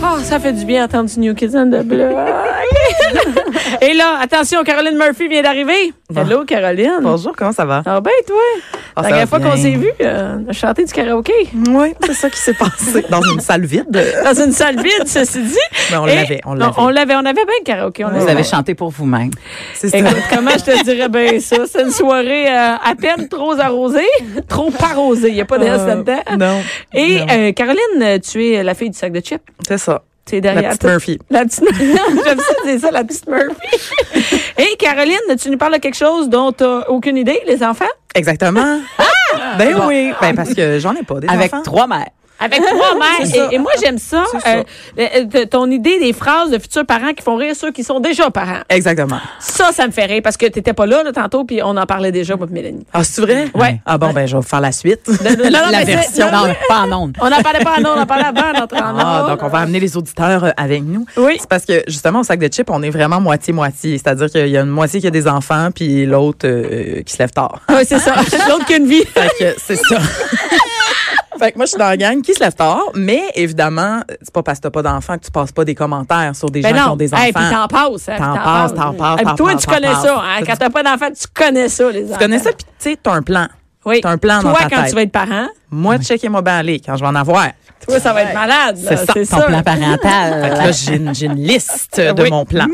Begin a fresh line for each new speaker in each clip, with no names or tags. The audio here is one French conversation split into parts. Oh, ça fait du bien d'entendre du New Kids on the Block. Et là, attention, Caroline Murphy vient d'arriver. Hello, Caroline.
Ah. Bonjour, comment ça va?
Ah ben, toi, la
Ah, ça va
dernière fois
bien.
qu'on s'est vu, euh, on a chanté du karaoké
Oui, c'est ça qui s'est passé. Dans une salle vide.
dans une salle vide, ceci dit.
Mais on
Et-
l'avait, on
Eh, Non,
l'avait.
On l'avait, on avait bien le karaoké. On
Vous
l'avait.
avez chanté pour vous-même.
C'est ça.
Écoute, comment je te dirais bien ça? C'est une soirée euh, à peine trop arrosée, trop arrosée. Il n'y a pas de reste
Euh,
là-dedans.
Non.
Et
non.
euh, Caroline, euh, tu es la fille du sac de chips.
c'est ça.
Tu es
La
derrière.
petite Murphy.
La petite- J'aime ça, c'est ça, la petite Murphy. Et Caroline, tu nous parles de quelque chose dont tu aucune idée, les enfants?
Exactement.
Ah!
ben oui. Ben parce que j'en ai pas des
Avec
enfants.
trois mères.
Avec trois
C'est ça.
mères. Et, et moi, j'aime ça.
C'est ça.
Euh, le- le- ton idée des phrases de futurs parents qui font rire ceux qui sont déjà parents.
Exactement.
Ça, ça me fait rire parce que t'étais pas là, là, tantôt, puis on en parlait déjà, moi, puis Mélanie.
Ah, c'est vrai?
Ouais.
Ah bon, ben je vais faire la suite.
non, Ah non,
la
mais c'est-
version.
non,
Non, pas en ondes.
On n'en parlait pas en ondes, on en parlait avant, notre en
Ah,
ondes.
donc on va amener les auditeurs euh, avec nous.
Oui.
C'est parce que justement au sac de chips, on est vraiment moitié-moitié. C'est-à-dire qu'il y a une moitié qui a des enfants, puis l'autre euh, qui se lève tard.
Oui, Ah, c'est ça. L'autre qu'une vie.
Fait que c'est ça. Fait que moi, je suis dans la gang qui se lève tard, mais évidemment, c'est pas parce que t'as pas d'enfants que tu passes pas des commentaires sur des gens qui ont des enfants.
Ben Hey, puis t'en passes. hein,
T'en
puis
passes, t'en passes,
Hey, puis
t'en
Toi,
passes,
tu
t'en
connais
passes.
ça. hein,
C'est
Quand t'as pas d'enfant, tu connais ça, les enfants.
tu connais ça, puis tu sais, t'as un plan.
Oui.
T'as un plan
Toi,
dans ta
quand
tête.
tu vas être parent,
Moi, checkez-moi bien aller quand je vais en avoir.
toi, ça va être malade. là,
C'est ça,
C'est
ton
Ton
sûr.
plan
Fait que
parental.
là, j'ai une, j'ai une liste de
Oui. Mmh.
mon plan.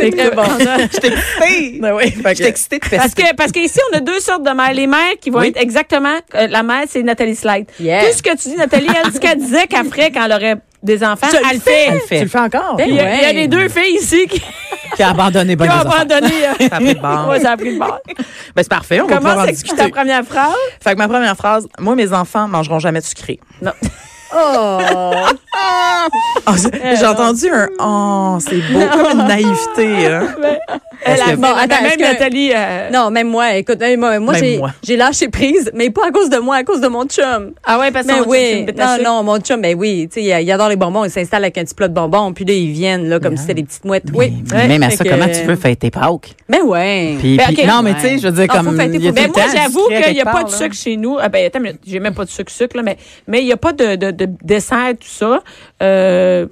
C'est très bon. ça.
Ben oui, fait que-
Parce que parce qu'ici on a deux sortes de mères, les mères qui vont
Oui.
être exactement euh, la mère c'est Nathalie Slide.
Yeah.
Tout ce que tu dis Nathalie, elle ce qu'elle disait qu'elle ferait quand elle aurait des enfants,
Je le
elle le fait.
Elle le
Tu
fait.
le fais Ben encore?
Il y, a, il y a
Ouais.
les deux filles ici qui
Qui a abandonné
qui
bonne
ont abandonné. euh,
Ça a pris de bord.
Ouais, ça a pris le bord.
Ben, c'est parfait, on va
Comment
pouvoir en
c'est que ta
discuter.
première phrase?
Fait que ma première phrase, moi, mes enfants mangeront jamais de sucré.
Non.
Oh!
Ah, j'ai j'ai entendu un « oh, c'est beau », comme une naïveté. hein.
Elle
que-
a
Bon, attends,
même
est-ce que-
Nathalie. euh,
Non, même moi, écoute, même moi, moi,
Même
j'ai-
moi.
j'ai lâché prise, mais pas à cause de moi, à cause de mon chum.
Ah ouais, parce que
Mais
c'est une
oui,
bête à
non,
sucre.
non, mon chum, ben oui, tu sais, il- il adore les bonbons, il s'installe avec un petit plat de bonbons, puis là, ils viennent, là, comme si c'était des petites mouettes. Oui.
Mais Même à
Fait
ça,
que-
comment tu veux fêter Pâques?
Mais ouais.
Puis,
Ben,
puis-
ok.
Non, mais tu sais, je veux dire,
Ah, faut
comme.
fêter
il y a
pour-
des
Ben,
Mais moi,
temps,
j'avoue
discret
qu'il n'y a
quelque
pas
part,
de
là.
sucre chez nous. Ah, ben, attends, une minute, j'ai même pas de sucre, sucre, là, mais mais il n'y a pas de, de, de dessert, tout ça. Euh,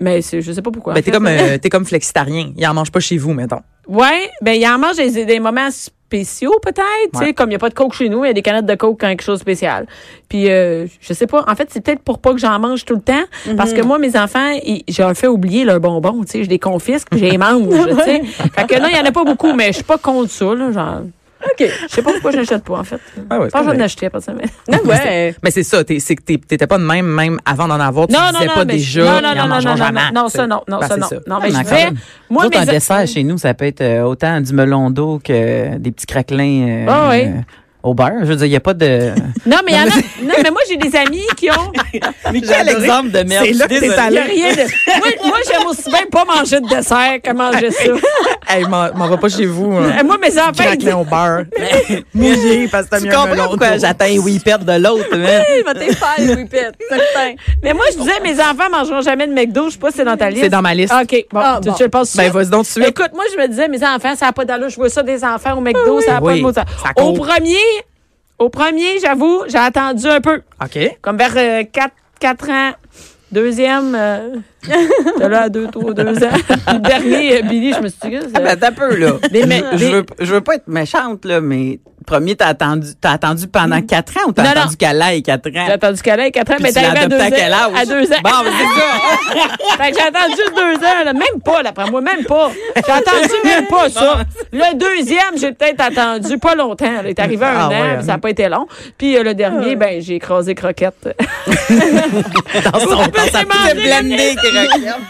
mais c'est- je sais pas pourquoi.
Ben,
en
t'es
fait.
comme, euh, t'es comme flexitarien. Il en mange pas chez vous, mettons.
Ouais, ben, il en mange des, des moments spéciaux, peut-être. tu sais,
Ouais.
Comme il n'y a pas de coke chez nous, il y a des canettes de coke quand quelque chose de spécial. Puis, euh, je sais pas. En fait, c'est peut-être pour pas que j'en mange tout le temps.
Mm-hmm.
Parce que moi, mes enfants, ils- je leur fais oublier leurs bonbons. tu sais, Je les confisque, puis je les mange. tu sais. fait que non, il n'y en a pas beaucoup, mais je suis pas contre ça. Là, genre.
OK.
Je sais pas pourquoi je n'achète pas, en fait.
Ah ouais,
Je pense que
c'est
je vais en
vrai.
acheter, personnellement.
Non, ouais.
Mais c'est ça, t'es- c'est que t'es- t'étais pas de même, même avant d'en avoir, tu disais pas
mais je-
déjà,
non,
ils en
non, non, non,
mangeront
non,
jamais.
non, non,
tu sais.
ça, non, non,
Ben,
ça,
c'est
non. Non, mais
Ah,
je
mais
disais,
quand même.
moi,
Nous autres,
mes
un dessert chez nous, ça peut être euh, autant du melon d'eau que des petits craquelins euh,
Ah oui.
euh, au beurre. Je veux dire, il n'y a pas de.
Non, mais il y en a, non, mais moi, j'ai des amis qui ont,
mais quel exemple de merde.
C'est là que t'es
il y a
allé.
rien de, moi, moi, j'aime aussi bien pas manger de dessert que manger ça.
Hey, m'en m'en va pas chez vous. hein.
Et moi, mes enfants, ils
Craquelin
disent,
au beurre. Mouillé, parce que t'as
Tu
mis un melon
comprends pourquoi
autour.
j'atteins Whippet de l'autre, mais.
Il va t'y faire, Whippet, certain.
mais moi, je disais, mes enfants mangeront jamais de McDo. Je sais pas si c'est dans ta liste.
C'est dans ma liste.
OK, bon,
Ah,
tu,
bon.
tu le passes
Ben, vas-y donc tout de suite.
Écoute, moi, je me disais, mes enfants, ça n'a pas d'allure. Je vois ça des enfants au McDo, ça n'a pas
Oui,
de mot. de sens.
ça
Au
compte.
premier, au premier, j'avoue, j'ai attendu un peu.
OK.
Comme vers 4, ans. Deuxième, euh, de là à deux, trois, deux ans. Puis le dernier, euh, Billy, je me suis dit, que c'est-
Ah, ben, t'as peu, là.
Des
je,
me-
je
des-
veux, je veux pas être méchante, là, mais premier, t'as attendu, t'as attendu pendant quatre ans ou t'as
Non, non.
attendu qu'elle aille quatre ans?
j'ai attendu qu'elle ait 4 ans,
Puis
mais
tu
t'es
l'as
arrivé à deux
adoptée
ans.
à quel âge?
À deux ans.
Bon, ben, c'est ça.
Fait que j'ai attendu juste deux ans, là. même pas, d'après moi, même pas. J'ai attendu même pas ça. Le deuxième, j'ai peut-être attendu pas longtemps. là. Il est arrivé à un
Ah,
an,
ouais,
hein.
puis ça n'a pas été long. Puis euh, le dernier, ben, j'ai écrasé Croquette.
Dans son
On peut s'y manger la
blender qui regarde.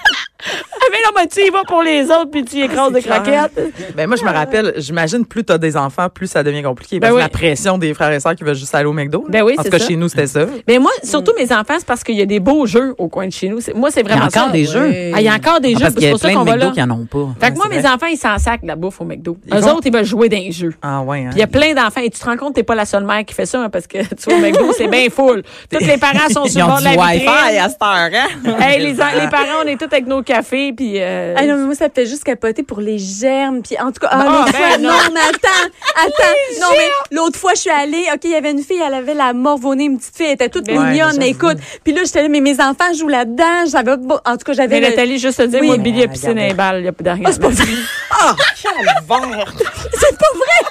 ah, mais non, mais tu y vas pour les autres, puis tu écrases des croquettes.
Ben moi, je me rappelle, j'imagine plus t'as des enfants, plus ça devient compliqué.
Ben
Parce que
oui.
la pression des frères et sœurs qui veulent juste aller au McDo. là.
Ben oui,
en
c'est
tout cas,
ça.
chez nous, c'était ça.
Mais moi, surtout mes enfants, c'est parce qu'il y a des beaux jeux au coin de chez nous. C'est- Moi, c'est
Il y
vraiment
a encore
ça.
des jeux.
Ah, il y a encore des jeux,
Ah,
puis
parce qu'il
c'est
y a
pour ça
plein
qu'on
de
va là.
McDo qui en ont pas.
Fait que moi,
c'est
mes
vrai.
enfants, ils s'en sacent de la bouffe au McDo.
Ils
Eux
vont-
autres, ils veulent jouer dans les jeux.
Ah ouais. hein.
Puis il y a plein d'enfants. Et tu te rends compte, t'es pas la seule mère qui fait ça, hein, parce que tu vois, au McDo, c'est bien full. Tous les parents sont sur
Ils
le
ont
bord
du
de la
Wi-Fi
vitrine. Oh,
à cette heure, hein?
Hey, les, en- les parents, on est tous avec nos cafés, sais, puis... euh,
Ah non, mais moi, ça me fait juste capoter pour les germes. Puis en tout cas,
Ah,
ah, l'autre
ben
fois,
non.
non. mais attends, attends. non, mais l'autre fois, je suis allée, OK, il y avait une fille, elle avait la morve au nez, une petite fille, elle était toute
Ben ouais,
mignonne,
mais
écoute. Puis là, j'étais là, mais mes enfants jouent là-dedans. J'avais, bon, en tout cas, j'avais.
mais
le-
Nathalie, juste te dire,
Oui.
moi, Billy a
Ah,
piscine
regardez.
un bal, il y a plus d'argent.
Ah, c'est pas vrai. C'est pas vrai!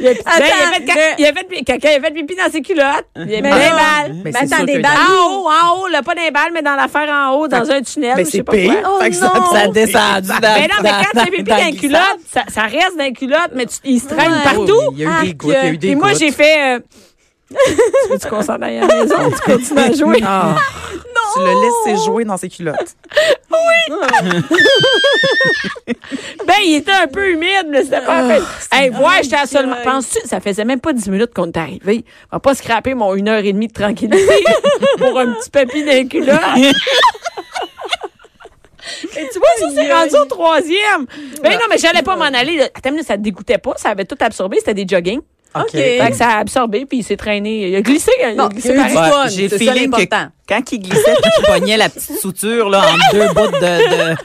Il a, ben, il
Attends,
a fait caca,
mais-
il a fait caca, il a fait pipi dans ses culottes.
Ah.
Il a mis
Mais
dans les
non.
balles.
Mais
Mais
c'est
attends,
sûr
des
que-
balles.
En haut, en haut, là, pas dans les balles, mais dans l'affaire en haut, dans
Ah.
un
Ben,
tunnel,
Mais
Ah, je sais
c'est
pas quoi.
pire.
Oh
Fait que ça,
non.
ça a descendu dans
Mais Ben non, mais quand
dans-
c'est pipi
dans
dans
le
les culottes, ça, ça reste dans les culottes, mais tu, il se traîne
Ouais.
partout.
Oh, Il y a eu des
Puis,
gouttes, il y a eu des
puis moi,
gouttes.
j'ai fait... euh, tu veux-tu qu'on s'en aille à la maison? Tu continues à Bah, jouer?
Ah. Tu le laisses jouer dans ses culottes.
Ben, il était un peu humide, mais c'était pas fait. Hey, ouais, j'étais seulement. Penses-tu, ça faisait même pas 10 minutes qu'on est arrivé. On va pas scraper mon une heure et demie de tranquillité pour un petit papy d'un culotte. Et tu vois, ça, c'est rendu au troisième. Ben non, mais j'allais pas m'en aller. là. Attends, une minute, ça te dégoûtait pas. Ça avait tout absorbé. C'était des jogging.
OK.
OK.
Fait que ça a absorbé, puis il s'est traîné. Il a glissé. Il a
Bon,
glissé
il y a eu
pareil.
Ouais,
du fun,
J'ai
c'est ça
feeling que
l'important.
quand il glissait puis qu'il pognait la petite souture là, en deux bouts de, de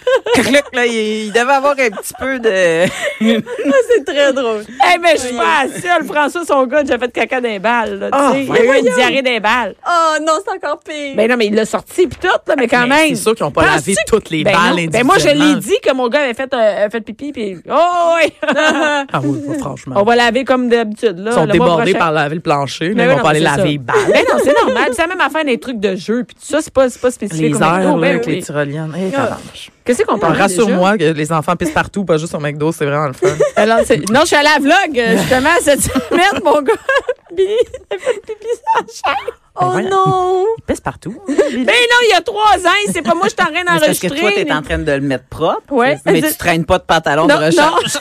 cluc, là, il, il devait avoir un petit peu de.
C'est très drôle.
Eh ben, je suis pas la seule. François, son gars, j'ai fait caca d'un balles. là, tu
Ah,
sais. il a eu une diarrhée d'un balles.
Oh non, c'est encore pire.
Ben non, mais il l'a sorti puis tout, là, mais quand
Mais
même.
Ben, C'est sûr qu'ils n'ont pas
Penses-tu
lavé
que-
toutes les
Ben non.
balles
Ben moi, je l'ai
individuellement.
dit que mon gars avait fait, euh, a fait pipi, puis oh oui!
Ah oui, oui,
On
franchement.
va laver comme d'habitude. là.
Ils sont
le mois
débordés
prochain.
par laver le plancher,
Ben
mais ils
oui,
vont
non,
pas aller
c'est ça.
laver les balles.
Ben non, c'est normal. Puis ça a même affaire des trucs de jeu, puis tout ça, c'est pas, c'est pas spécifique.
Les
au
heures
McDo,
là,
ben
avec
oui. Ah,
les tyroliennes. Eh, tabarnouche.
Qu'est-ce qu'on parle?
Rassure-moi que les enfants pissent partout, pas juste au McDo, c'est vraiment le fun.
Alors, c'est- non, je suis allée à la vlog, euh, justement, cette semaine, mon gars. Billy, il a fait pipi sur la chaise.
oh
voyons.
non!
Ils pissent partout.
Ben non, il y a trois ans, c'est pas moi, je suis en train
Mais c'est Parce
d'enregistrer.
que toi, t'es en train de le mettre propre.
Ouais.
Mais
C'est-
tu traînes pas de pantalon de recharge.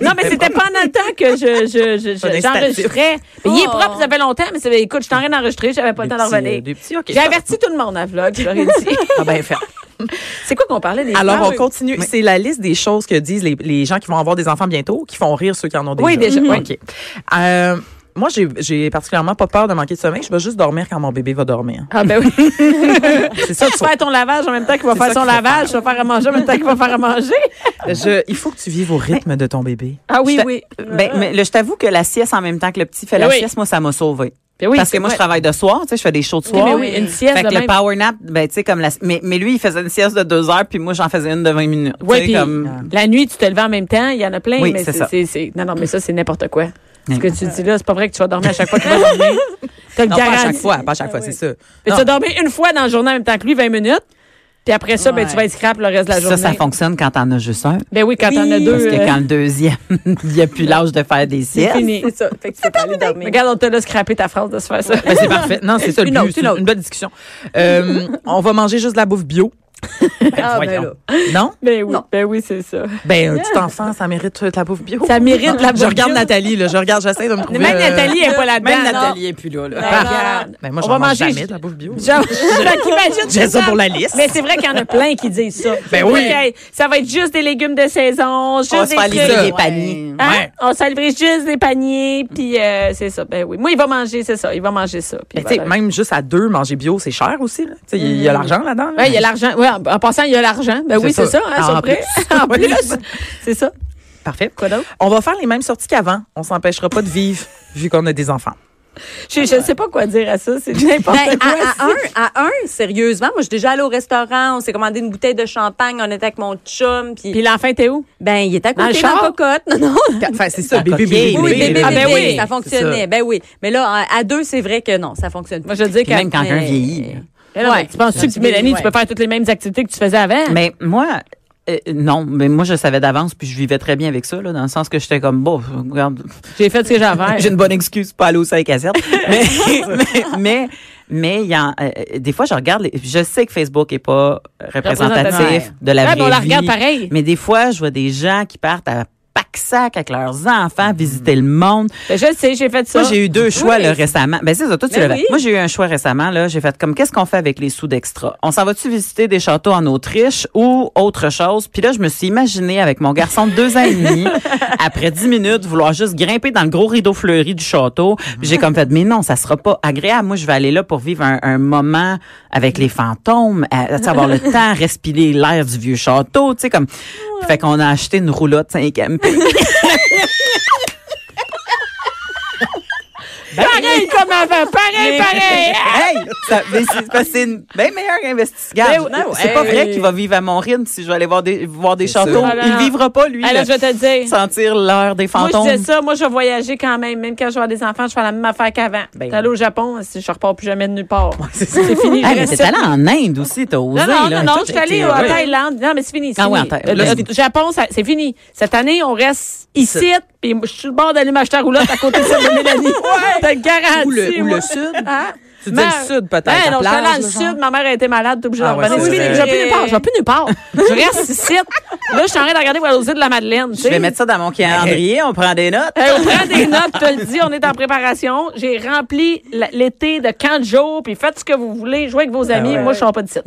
non, mais c'était pendant le temps que je, je, je-
Pas
je-
d'instatif.
j'enregistrais. Mais il est
Oh.
propre, ça fait longtemps, mais c'est- écoute, je suis en train d'enregistrer, j'avais pas le temps
Des
d'en
petits,
revenir.
euh, des petits, OK.
J'ai averti tout le monde à vlog, je leur ai dit.
Ah, ben, fait.
C'est quoi qu'on parlait des
Alors,
fleurs?
on continue. C'est la liste des choses que disent les, les gens qui vont avoir des enfants bientôt, qui font rire ceux qui en ont déjà.
Oui, déjà, oui.
OK. Euh, moi, j'ai- j'ai particulièrement pas peur de manquer de sommeil. Je vais juste dormir quand mon bébé va dormir.
Ah ben oui.
C'est ça,
Tu vas faire ton lavage en même temps qu'il va
C'est
faire
ça
son
qu'il faut
lavage, tu vas faire à manger en même temps qu'il va faire à manger.
Je- il faut que tu vives au rythme de ton bébé.
Ah oui,
Je t'a-
oui.
Ben, mais là, je t'avoue que la sieste en même temps que le petit fait la
Oui.
sieste, moi, ça m'a sauvé.
Ben oui,
Parce
c'est
que moi, je
vrai.
travaille de soir, tu sais, je fais des shows de
Oui,
soir.
mais oui, une sieste
Fait que
de
le
même.
power nap, ben, tu sais, comme la, mais, mais lui, il faisait une sieste de deux heures, puis moi, j'en faisais une de 20 minutes. Tu
Ouais,
sais,
puis euh,
comme,
la nuit, tu te levais en même temps, il y en a plein,
Oui,
mais
c'est
c'est,
ça.
c'est- c'est- non, non, mais ça, c'est n'importe quoi. Ce
Mm.
que tu dis là, c'est pas vrai que tu vas dormir à chaque fois que tu vas dormir. T'as le
Non, pas à chaque
garanti.
fois, pas à chaque fois, c'est ça.
Mais tu
Non.
vas dormir une fois dans la journée en même temps que lui, 20 minutes. Puis après ça, ben,
Ouais.
tu vas être scrap le reste de la
ça,
journée.
ça fonctionne quand t'en as juste un.
Ben oui, quand t'en as
Parce
deux.
que
euh,
quand le deuxième, il n'y a plus l'âge de faire des
c'est
siestes.
fini.
C'est ça. Fait que tu peux pas aller dormir.
Regarde, on te l'a scrappé ta phrase de se faire ça.
Ben, c'est parfait. Non, c'est ça le
Une
but.
autre,
C'est
une
une,
autre.
bonne discussion. Euh, on va manger juste de la bouffe bio. Ben,
Ah, ben
voyons. Non?
Ben oui,
Non.
ben oui, c'est ça.
Ben, un petit enfant, ça mérite de la bouffe bio.
Ça mérite la
je regarde
Nathalie.
Nathalie, là. Je regarde, j'essaie de me trouver.
Même
euh,
Nathalie n'est pas là-dedans.
Même
non.
Nathalie est plus là, là.
Ben, regarde.
Ben, moi,
On
j'en
va
mange
manger-
jamais de la bouffe bio.
Genre, fait qu'imagine
J'ai
tout
ça pour la liste.
Mais c'est vrai qu'il y en a plein qui disent ça.
Ben oui.
Ok, ça va être juste des légumes de saison, juste
On va se
des
faire livrer
trucs.
des paniers.
Hein?
Ouais.
On s'élève juste des paniers, puis euh, c'est ça. Ben oui. Moi, il va manger, c'est ça. Il va manger ça. puis
Mais Ben, tu sais,
voilà.
même juste à deux, manger bio, c'est cher aussi. là. Tu sais, Il y a l'argent là-dedans. là.
Ouais, il y a l'argent. Ouais, en en passant, il y a l'argent. Ben oui,
C'est
c'est ça.
ça.
hein,
En
sur prêt.
plus.
en plus. C'est ça.
Parfait.
Quoi d'autre?
On va faire les mêmes sorties qu'avant. On s'empêchera pas de vivre vu qu'on a des enfants.
Je, je sais pas quoi dire à ça. C'est n'importe
Ben,
quoi.
à, à un, à un, sérieusement, moi, je suis déjà allée au restaurant, on s'est commandé une bouteille de champagne, on était avec mon chum, puis
Puis l'enfant, t'es où?
ben, il était à
Dans le
côté dans,
char?
la cocotte. Non, non.
Enfin, c'est ça,
Ah,
bébé,
ok.
bébé,
Oui,
bébé,
bébé,
Ah, ben
bébé,
oui.
ça fonctionnait. Ben oui. Mais là, à à deux, c'est vrai que non, ça fonctionne
Moi,
pas.
je dis que.
Même quand quelqu'un vieillit. là.
Ouais.
Ben Tu penses-tu que Mélanie, tu peux faire toutes les mêmes activités que tu faisais avant?
Mais moi, euh, non, mais moi, je savais d'avance, puis je vivais très bien avec ça, là, dans le sens que j'étais comme, bon, regarde,
J'ai fait ce que j'avais.
j'ai une bonne excuse pour pas aller au 5 à 7. mais, mais, mais, mais il y en- euh, euh, des fois, je regarde, les- je sais que Facebook est pas représentatif
Représentatif.
de la
Ouais,
vraie
mais on la
vie.
regarde pareil.
Mais des fois, je vois des gens qui partent à Pâques sac avec leurs enfants, visiter le monde.
Ben, je le sais, j'ai fait ça.
Moi, j'ai eu deux choix
Oui.
là, récemment. Ben, c'est ça, toi, tu
Ben
l'avais.
oui.
Moi, j'ai eu un choix récemment. là. J'ai fait comme, qu'est-ce qu'on fait avec les sous d'extra? On s'en va-tu visiter des châteaux en Autriche ou autre chose? Puis là, je me suis imaginée avec mon garçon de deux ans et demi, après dix minutes, vouloir juste grimper dans le gros rideau fleuri du château. Puis j'ai comme fait, mais non, ça sera pas agréable. Moi, je vais aller là pour vivre un, un moment avec les fantômes, à, à savoir le temps, respirer l'air du vieux château, tu sais, comme... Fait qu'on a acheté une roulotte 5
Pareil comme avant, pareil, pareil.
hey, ça- mais c'est parce que c'est une bien meilleure investigation.
Ben ouais.
C'est pas vrai
Hey. Ah
qu'il va vivre à Montrine si je vais aller voir des, voir des
C'est
châteaux.
sûr.
Il vivra pas, lui.
Alors,
le-
je vais te dire.
sentir l'heure des fantômes.
Moi, je disais ça. Moi, je vais voyager quand même. Même quand je vais avoir des enfants, je fais la même affaire qu'avant.
Ben.
T'es allé au Japon, si je repars plus jamais de nulle part.
c'est ça.
c'est fini.
Ah,
je
mais
reste
t'es allé en Inde aussi, t'as osé.
Non, non,
là.
non, non,
Toi,
je suis
t'es-
allée au-
ouais.
à Thaïlande. Non, mais c'est fini. c'est
Ah ouais,
fini.
en Thaï- là,
Le- le Japon, ça- c'est fini. Cette année, on reste ici, puis je suis sur le bord d'aller m'acheter un roulotte à côté de celle de Mélanie. T'as garanti.
Ou le- ou le
moi.
sud.
Hein?
Tu disais
Ma-
le sud, peut-être,
Ben,
la
non, je suis allée
plage,
dans le
le genre.
sud. Ma mère a été malade, t'es obligée
Ah
de
ouais,
revenir.
c'est
C'est fini,
vrai.
Je vais plus nulle part. Je vais plus nulle part. Je reste ici. Là, je suis en train de regarder pour aller aux îles de la Madeleine. tu
Je vais
sais.
mettre ça dans mon calendrier, on prend des notes.
Hey, Euh, on prend des notes, je te le dis, on est en préparation. J'ai rempli la- l'été de 40 jours, puis faites ce que vous voulez, jouez avec vos
Ah
amis. Moi, je sors pas de site.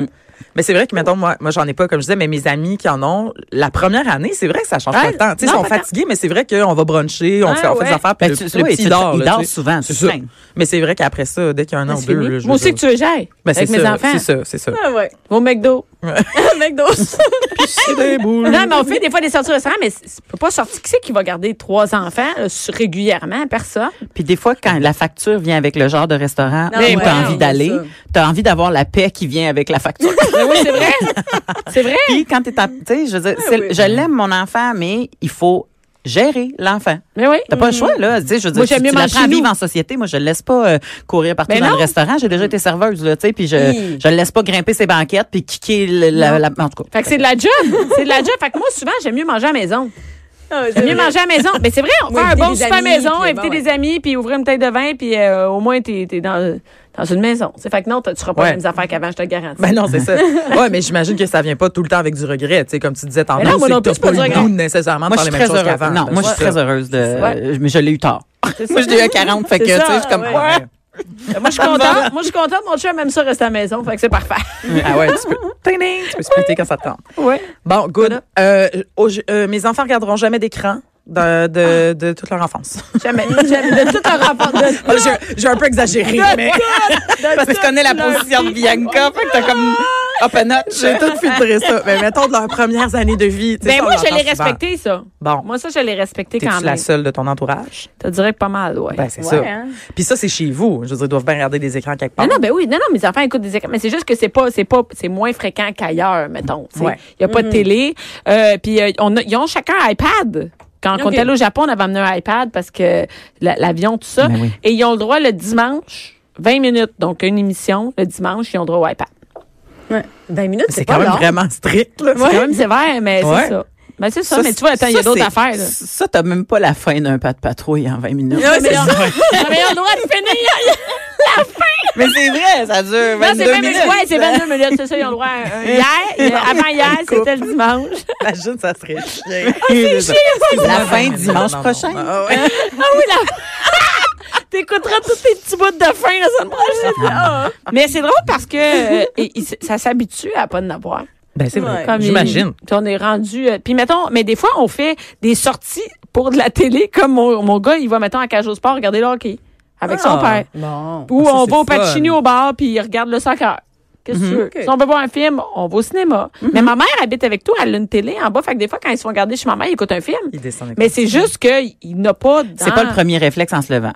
Mais c'est vrai que, mettons, moi, moi j'en ai pas, comme je disais, mais mes amis qui en ont, la première année, c'est vrai que ça change
Ouais.
pas le temps. Tu sais, ils
Hein? Non,
sont
pas tant.
fatigués, mais c'est vrai qu'on va bruncher, on
Ouais,
fait, on fait
ouais.
des affaires,
Ben,
puis le,
tu-
le
oui,
petit
tu-
dort.
il
là,
dort
tu sais.
souvent,
C'est
sur
ça.
scène.
Mais c'est vrai qu'après ça, dès qu'il y a un an
Ben, C'est
ou deux,
fini.
là, je
Moi
veux
aussi
dire-
que tu veux gérer
Ben, c'est
avec mes
ça,
enfants.
C'est ça, c'est ça.
Ah ouais.
Au McDo.
McDo.
C'est des boules.
Non, mais on fait des fois des sorties au restaurant, mais c- tu peux pas sortir. Qui c'est qui va garder trois enfants euh, sur- régulièrement? Personne.
Puis des fois, quand la facture vient avec le genre de restaurant
Non,
où
ouais,
t'as envie
c'est
d'aller,
ça.
t'as envie d'avoir la paix qui vient avec la facture.
Mais oui, c'est vrai. C'est vrai.
Puis quand t'es en, tu sais, je veux
Ah
dire, c'est-
oui.
je l'aime mon enfant, mais il faut gérer l'enfant.
Mais oui.
T'as pas le choix, là. Tu sais, je veux dire,
Moi,
tu,
j'aime mieux
tu l'apprends
manger
à
nous.
vivre en société. Moi, je le laisse pas euh, courir partout
Ben
dans
non.
le restaurant. J'ai déjà été serveuse, là, tu sais, puis je,
Hi.
je le laisse pas grimper ses banquettes puis kicker le- la, la, en tout cas.
Fait que c'est de la job. C'est de la job. Fait que moi, souvent, j'aime mieux manger à la maison.
Ah,
Euh,
J'aime mieux manger à la maison. Mais c'est vrai, on
Moi,
fait un
inviter
bon
des
super
amis,
maison,
puis
inviter
bon, ouais.
des amis, puis ouvrir une taille de vin, puis euh, au moins, t'es es dans, dans une maison. C'est fait que non, t'as- tu seras pas
Ouais.
les mêmes affaires qu'avant, je te le garantis.
Ben non, c'est ça. Ouais, mais j'imagine que ça vient pas tout le temps avec du regret, tu sais, comme tu disais tantôt,
Mais non, moi
c'est
non
que t'as
plus, c'est
pas
pas
le
du
goût
regret.
nécessairement de
Moi, je
faire les
suis
mêmes
très
choses
heureuse.
qu'avant.
Non, moi, je suis très heureuse de, euh, mais je l'ai eu tard. Moi, je l'ai eu à 40, fait que, tu
C'est
sais,
ça,
je suis comme,
ouais.
ouais.
moi, je suis contente. Moi, je suis contente. Mon chum aime ça rester à la maison. Fait que c'est parfait.
Ah ouais, tu peux, Ting, ting, tu peux splitter quand ça te tente.
Ouais.
Bon, good. Euh, oh, je- euh, mes enfants regarderont jamais d'écran de,
Ah.
de, de toute leur enfance.
Jamais. Jamais. De tout un rapport. De,
Ah, j'ai- J'ai un peu exagéré, mais parce que je connais la position de Bianca, fait que t'as comme
Ah,
up a notch. J'ai tout filtré ça. Mais mettons de leurs premières années de vie. tu sais,
Ben
ça, on
moi, je
l'entend
l'ai
souvent.
respecté, ça.
Bon.
Moi, ça, je l'ai respecté
T'es-tu
quand
la
même.
seule de ton entourage?
Je te dirais que pas mal, ouais.
Ben, c'est
Ouais,
ça.
hein.
Puis ça, c'est chez vous. Je veux dire, ils doivent bien regarder des écrans quelque
Non,
part.
non, ben oui, non, non, mes enfants écoutent des écrans, mais c'est juste que c'est pas, c'est pas, c'est moins fréquent qu'ailleurs, mettons. Il
Ouais.
y a pas
Mm-hmm.
de télé, Euh, puis euh, on a- ils ont chacun un iPad. Quand on
Ok.
était allé au Japon, on avait amené un iPad parce que la- l'avion, tout ça,
Ben oui.
et ils ont le droit le dimanche, 20 minutes, donc une émission le dimanche, ils ont le droit au iPad.
Ouais. 20 minutes,
c'est
c'est
quand
pas
même
long.
vraiment strict. Là.
C'est quand même sévère, mais
Ouais.
c'est ça. Ben c'est ça, mais tu vois, attends,
ça,
il y a d'autres
c'est-
affaires. là.
Ça, t'as même pas la fin d'un pas de patrouille en 20
Non,
minutes.
mais ils ont- non, mais ils ont le droit de finir.
mais c'est vrai, ça dure 22
Non, c'est 22
minutes.
minutes. Ouais, c'est 22 minutes, c'est ça, ils ont le droit. à un- hier, euh, avant hier, c'était le dimanche.
Imagine, ça serait chiant.
La fin dimanche
Non, non, non.
prochain.
Ah ouais.
Ah oui, la... T'écouteras tous tes petits bouts de fin la semaine prochaine. Ah. Mais c'est drôle parce que euh, et- et ça s'habitue à pas en avoir.
Ben, c'est vrai.
Ouais.
Comme
J'imagine.
il- puis on est rendu. euh, puis mettons, mais des fois, on fait des sorties pour de la télé, comme mon, mon gars, il va, mettons, à Cage au Sport regarder le hockey avec son père.
Bon.
Ou
ça,
on
c'est
va au
fun.
Pacini au bar, puis il regarde le soccer. Qu'est-ce que tu veux?
Ok.
Si on veut voir un film, on va au cinéma. Mais ma mère habite avec toi, elle a une télé en bas. Fait que des fois, quand ils se font regarder chez ma mère, ils écoutent un film.
Il descend.
Mais c'est juste qu'il n'a pas. dans-
C'est pas le premier réflexe en se levant.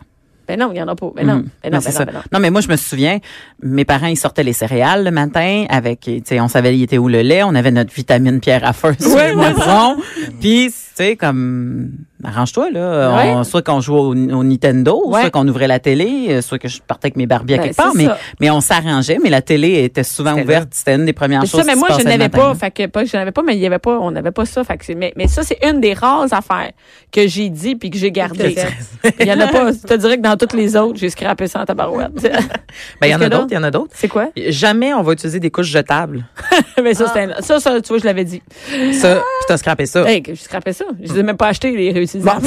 Ben non, il n'y en a pas. Ben non,
Mhm.
ben non,
Ben, c'est
ben
ça.
non, ben non.
Non, mais moi, je me souviens, mes parents, ils sortaient les céréales le matin avec, tu sais, on savait il était où le lait, on avait notre vitamine pierre à feu sur
Ouais,
le
ouais.
napperon. Puis, tu sais, comme, arrange-toi, là.
Ouais.
On- soit qu'on jouait au, au Nintendo,
Ouais.
soit qu'on ouvrait la télé, euh, soit que je partais avec mes Barbies à
Ben,
quelque part,
c'est
mais,
ça.
mais on s'arrangeait, mais la télé était souvent
C'était
ouverte. C'était une des premières
C'est
choses
ça, mais
qui
moi,
se
je
passaient le
n'avais
matin.
pas. Fait que, pas que je n'avais pas, mais il y avait pas, on n'avait pas ça. Fait que c'est- mais, mais ça, c'est une des rares affaires que j'ai dit puis que j'ai gardé. Il y en a pas. Je te dirais que dans toutes les autres, j'ai scrappé ça en tabarouette.
Ben, il y en
Qu'est-ce
a
que
d'autres,
d'autre?
il y en a d'autres.
c'est quoi?
Jamais on va utiliser des couches jetables.
mais ça, c'était un- ça, ça, tu vois, je l'avais dit.
Ça, puis t'as scrappé ça.
Hey, que je scrappais ça. Je les ai même pas acheté les réutilisables.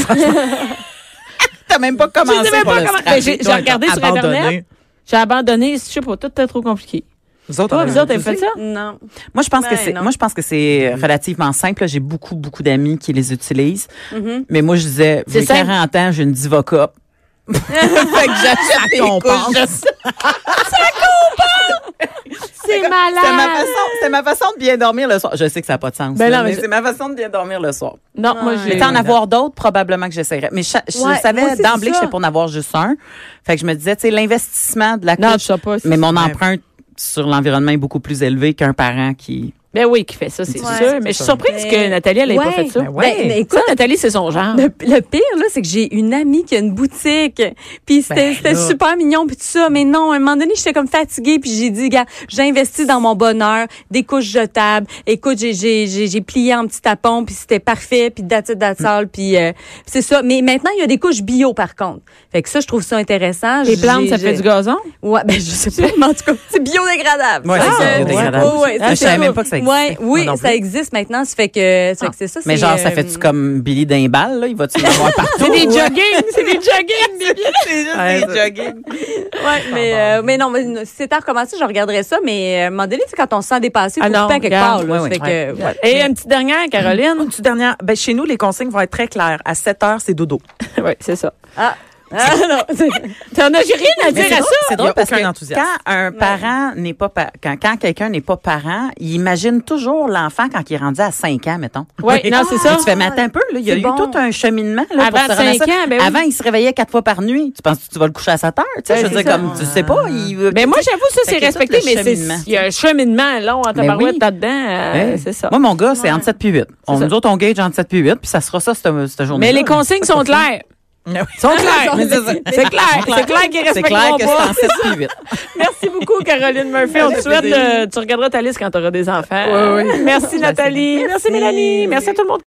T'as même pas
je les
commencé
ai même
pour
pas
le
comment-
scrap.
Ben, j'ai, j'ai regardé sur
Abandonné.
Internet. J'ai abandonné. Je sais pas, tout était trop compliqué.
Vous autres,
Toi,
on a-
vous autres, t'avez fait ça?
Non.
Moi, je pense que
Ben,
c'est,
non.
moi, je pense que c'est
Mm-hmm.
relativement simple. là. J'ai beaucoup, beaucoup d'amis qui les utilisent.
Mm-hmm.
Mais moi, je disais,
C'est
j'ai
simple.
40 ans, j'ai une Divocop. fait que j'achète des
compense.
couches. Je-
C'est malade.
C'était ma façon, c'était ma façon de bien dormir le soir. Je sais que ça n'a pas de sens.
Ben
là,
non, mais
mais
je-
c'est ma façon de bien dormir le soir.
Non, moi,
Ouais.
j'ai.
Mais en avoir d'autres, probablement que j'essaierais. Mais cha- je,
Ouais, moi
savais
aussi,
d'emblée
c'est
que j'étais
ça.
pour en avoir juste un. Fait que je me disais, tu sais, l'investissement de la
Non, je
couche.
sais pas. c'est-
Mais mon empreinte sur l'environnement est beaucoup plus élevée qu'un parent qui.
Ben oui, qui fait ça, c'est
Ouais.
sûr. Mais je suis surprise
Mais-
que Nathalie, elle ait pas
Ouais.
fait ça.
Ben ouais.
Ben, mais écoute,
Ça, Nathalie, c'est son genre.
Le, le pire, là, c'est que j'ai une amie qui a une boutique. Puis c'était
Ben,
c'était
là.
super mignon, puis tout ça. Mais non, à un moment donné, j'étais comme fatiguée. Puis j'ai dit, gars, j'investis dans mon bonheur, des couches jetables. Écoute, j'ai- j'ai j'ai- j'ai plié en petit tapon, puis c'était parfait. Puis that's it, that's all. Puis euh, c'est ça. Mais maintenant, il y a des couches bio, par contre. Fait que ça, je trouve ça intéressant.
Les
J'ai-
plantes, ça
j'ai-
fait du gazon?
Ouais, ben je sais pas, mais en tout cas, c'est biodégradable.
Ouais,
Ça,
c'est
euh,
biodégradable.
ouais, ouais,
Ah, je
c'est
savais
ça.
même pas que ça existait.
Ouais, oui,
Moi non
ça
plus. Ah.
existe maintenant, ça fait que ça fait que c'est ça.
Mais
c'est,
genre, ça
euh,
fait-tu comme Billy Dimbal, là? Il va-tu en avoir partout?
C'est des jogging, c'est des jogging. des biens.
C'est juste
Ouais,
des
ça-
joggings.
Ouais, mais, euh, mais non, mais non, si c'était à recommencer, je regarderais ça, mais euh, à un moment donné, tu sais, quand on se sent dépassé,
Ah
faut
non,
couper à quelque
regarde,
part, là.
ouais,
fait
ouais.
que, ouais.
Et une petite dernière, Caroline.
Une dernière. Ben, chez nous, les consignes vont être très claires. À 7 heures, c'est dodo.
oui, c'est ça.
Ah, ah, non. c'est-
T'en as, j'ai rien à dire à ça.
C'est
Il y
drôle
a
parce
aucun
que
enthousiasme.
quand un parent n'est pas pa- quand, quand quelqu'un n'est pas parent, il imagine toujours l'enfant quand il est rendu à 5 ans mettons.
Oui, non, c'est ça.
Tu fais mais attends un peu là, il y a
C'est
eu
bon.
tout un cheminement là,
Avant
pour se rendre à
5
ça.
ans, ben oui.
Avant il se réveillait quatre fois par nuit. Tu penses que tu vas le coucher à 7 heures, tu sais,
Ouais,
je
c'est
veux dire
ça.
comme tu sais pas, il
Mais moi, j'avoue, ça,
Fait
c'est
qu'il y a tout
respecté,
le
mais c'est-
cheminement.
il y a un cheminement long en tabarouette
oui.
là-dedans. euh, C'est ça.
Moi, mon gars, c'est entre 7 puis 8. On,
ça.
nous autres, on gauge entre 7 puis 8, puis ça sera ça, cette, cette journée
mais les consignes sont claires. Sont claires. C'est clair. C'est clair qu'ils
C'est clair
respecteront
que c'est
pas.
entre 7 puis 8.
Merci beaucoup, Caroline Murphy. On te souhaite, euh, tu regarderas ta liste quand tu auras des enfants. Merci, Nathalie. Merci, Mélanie. Merci à tout le monde.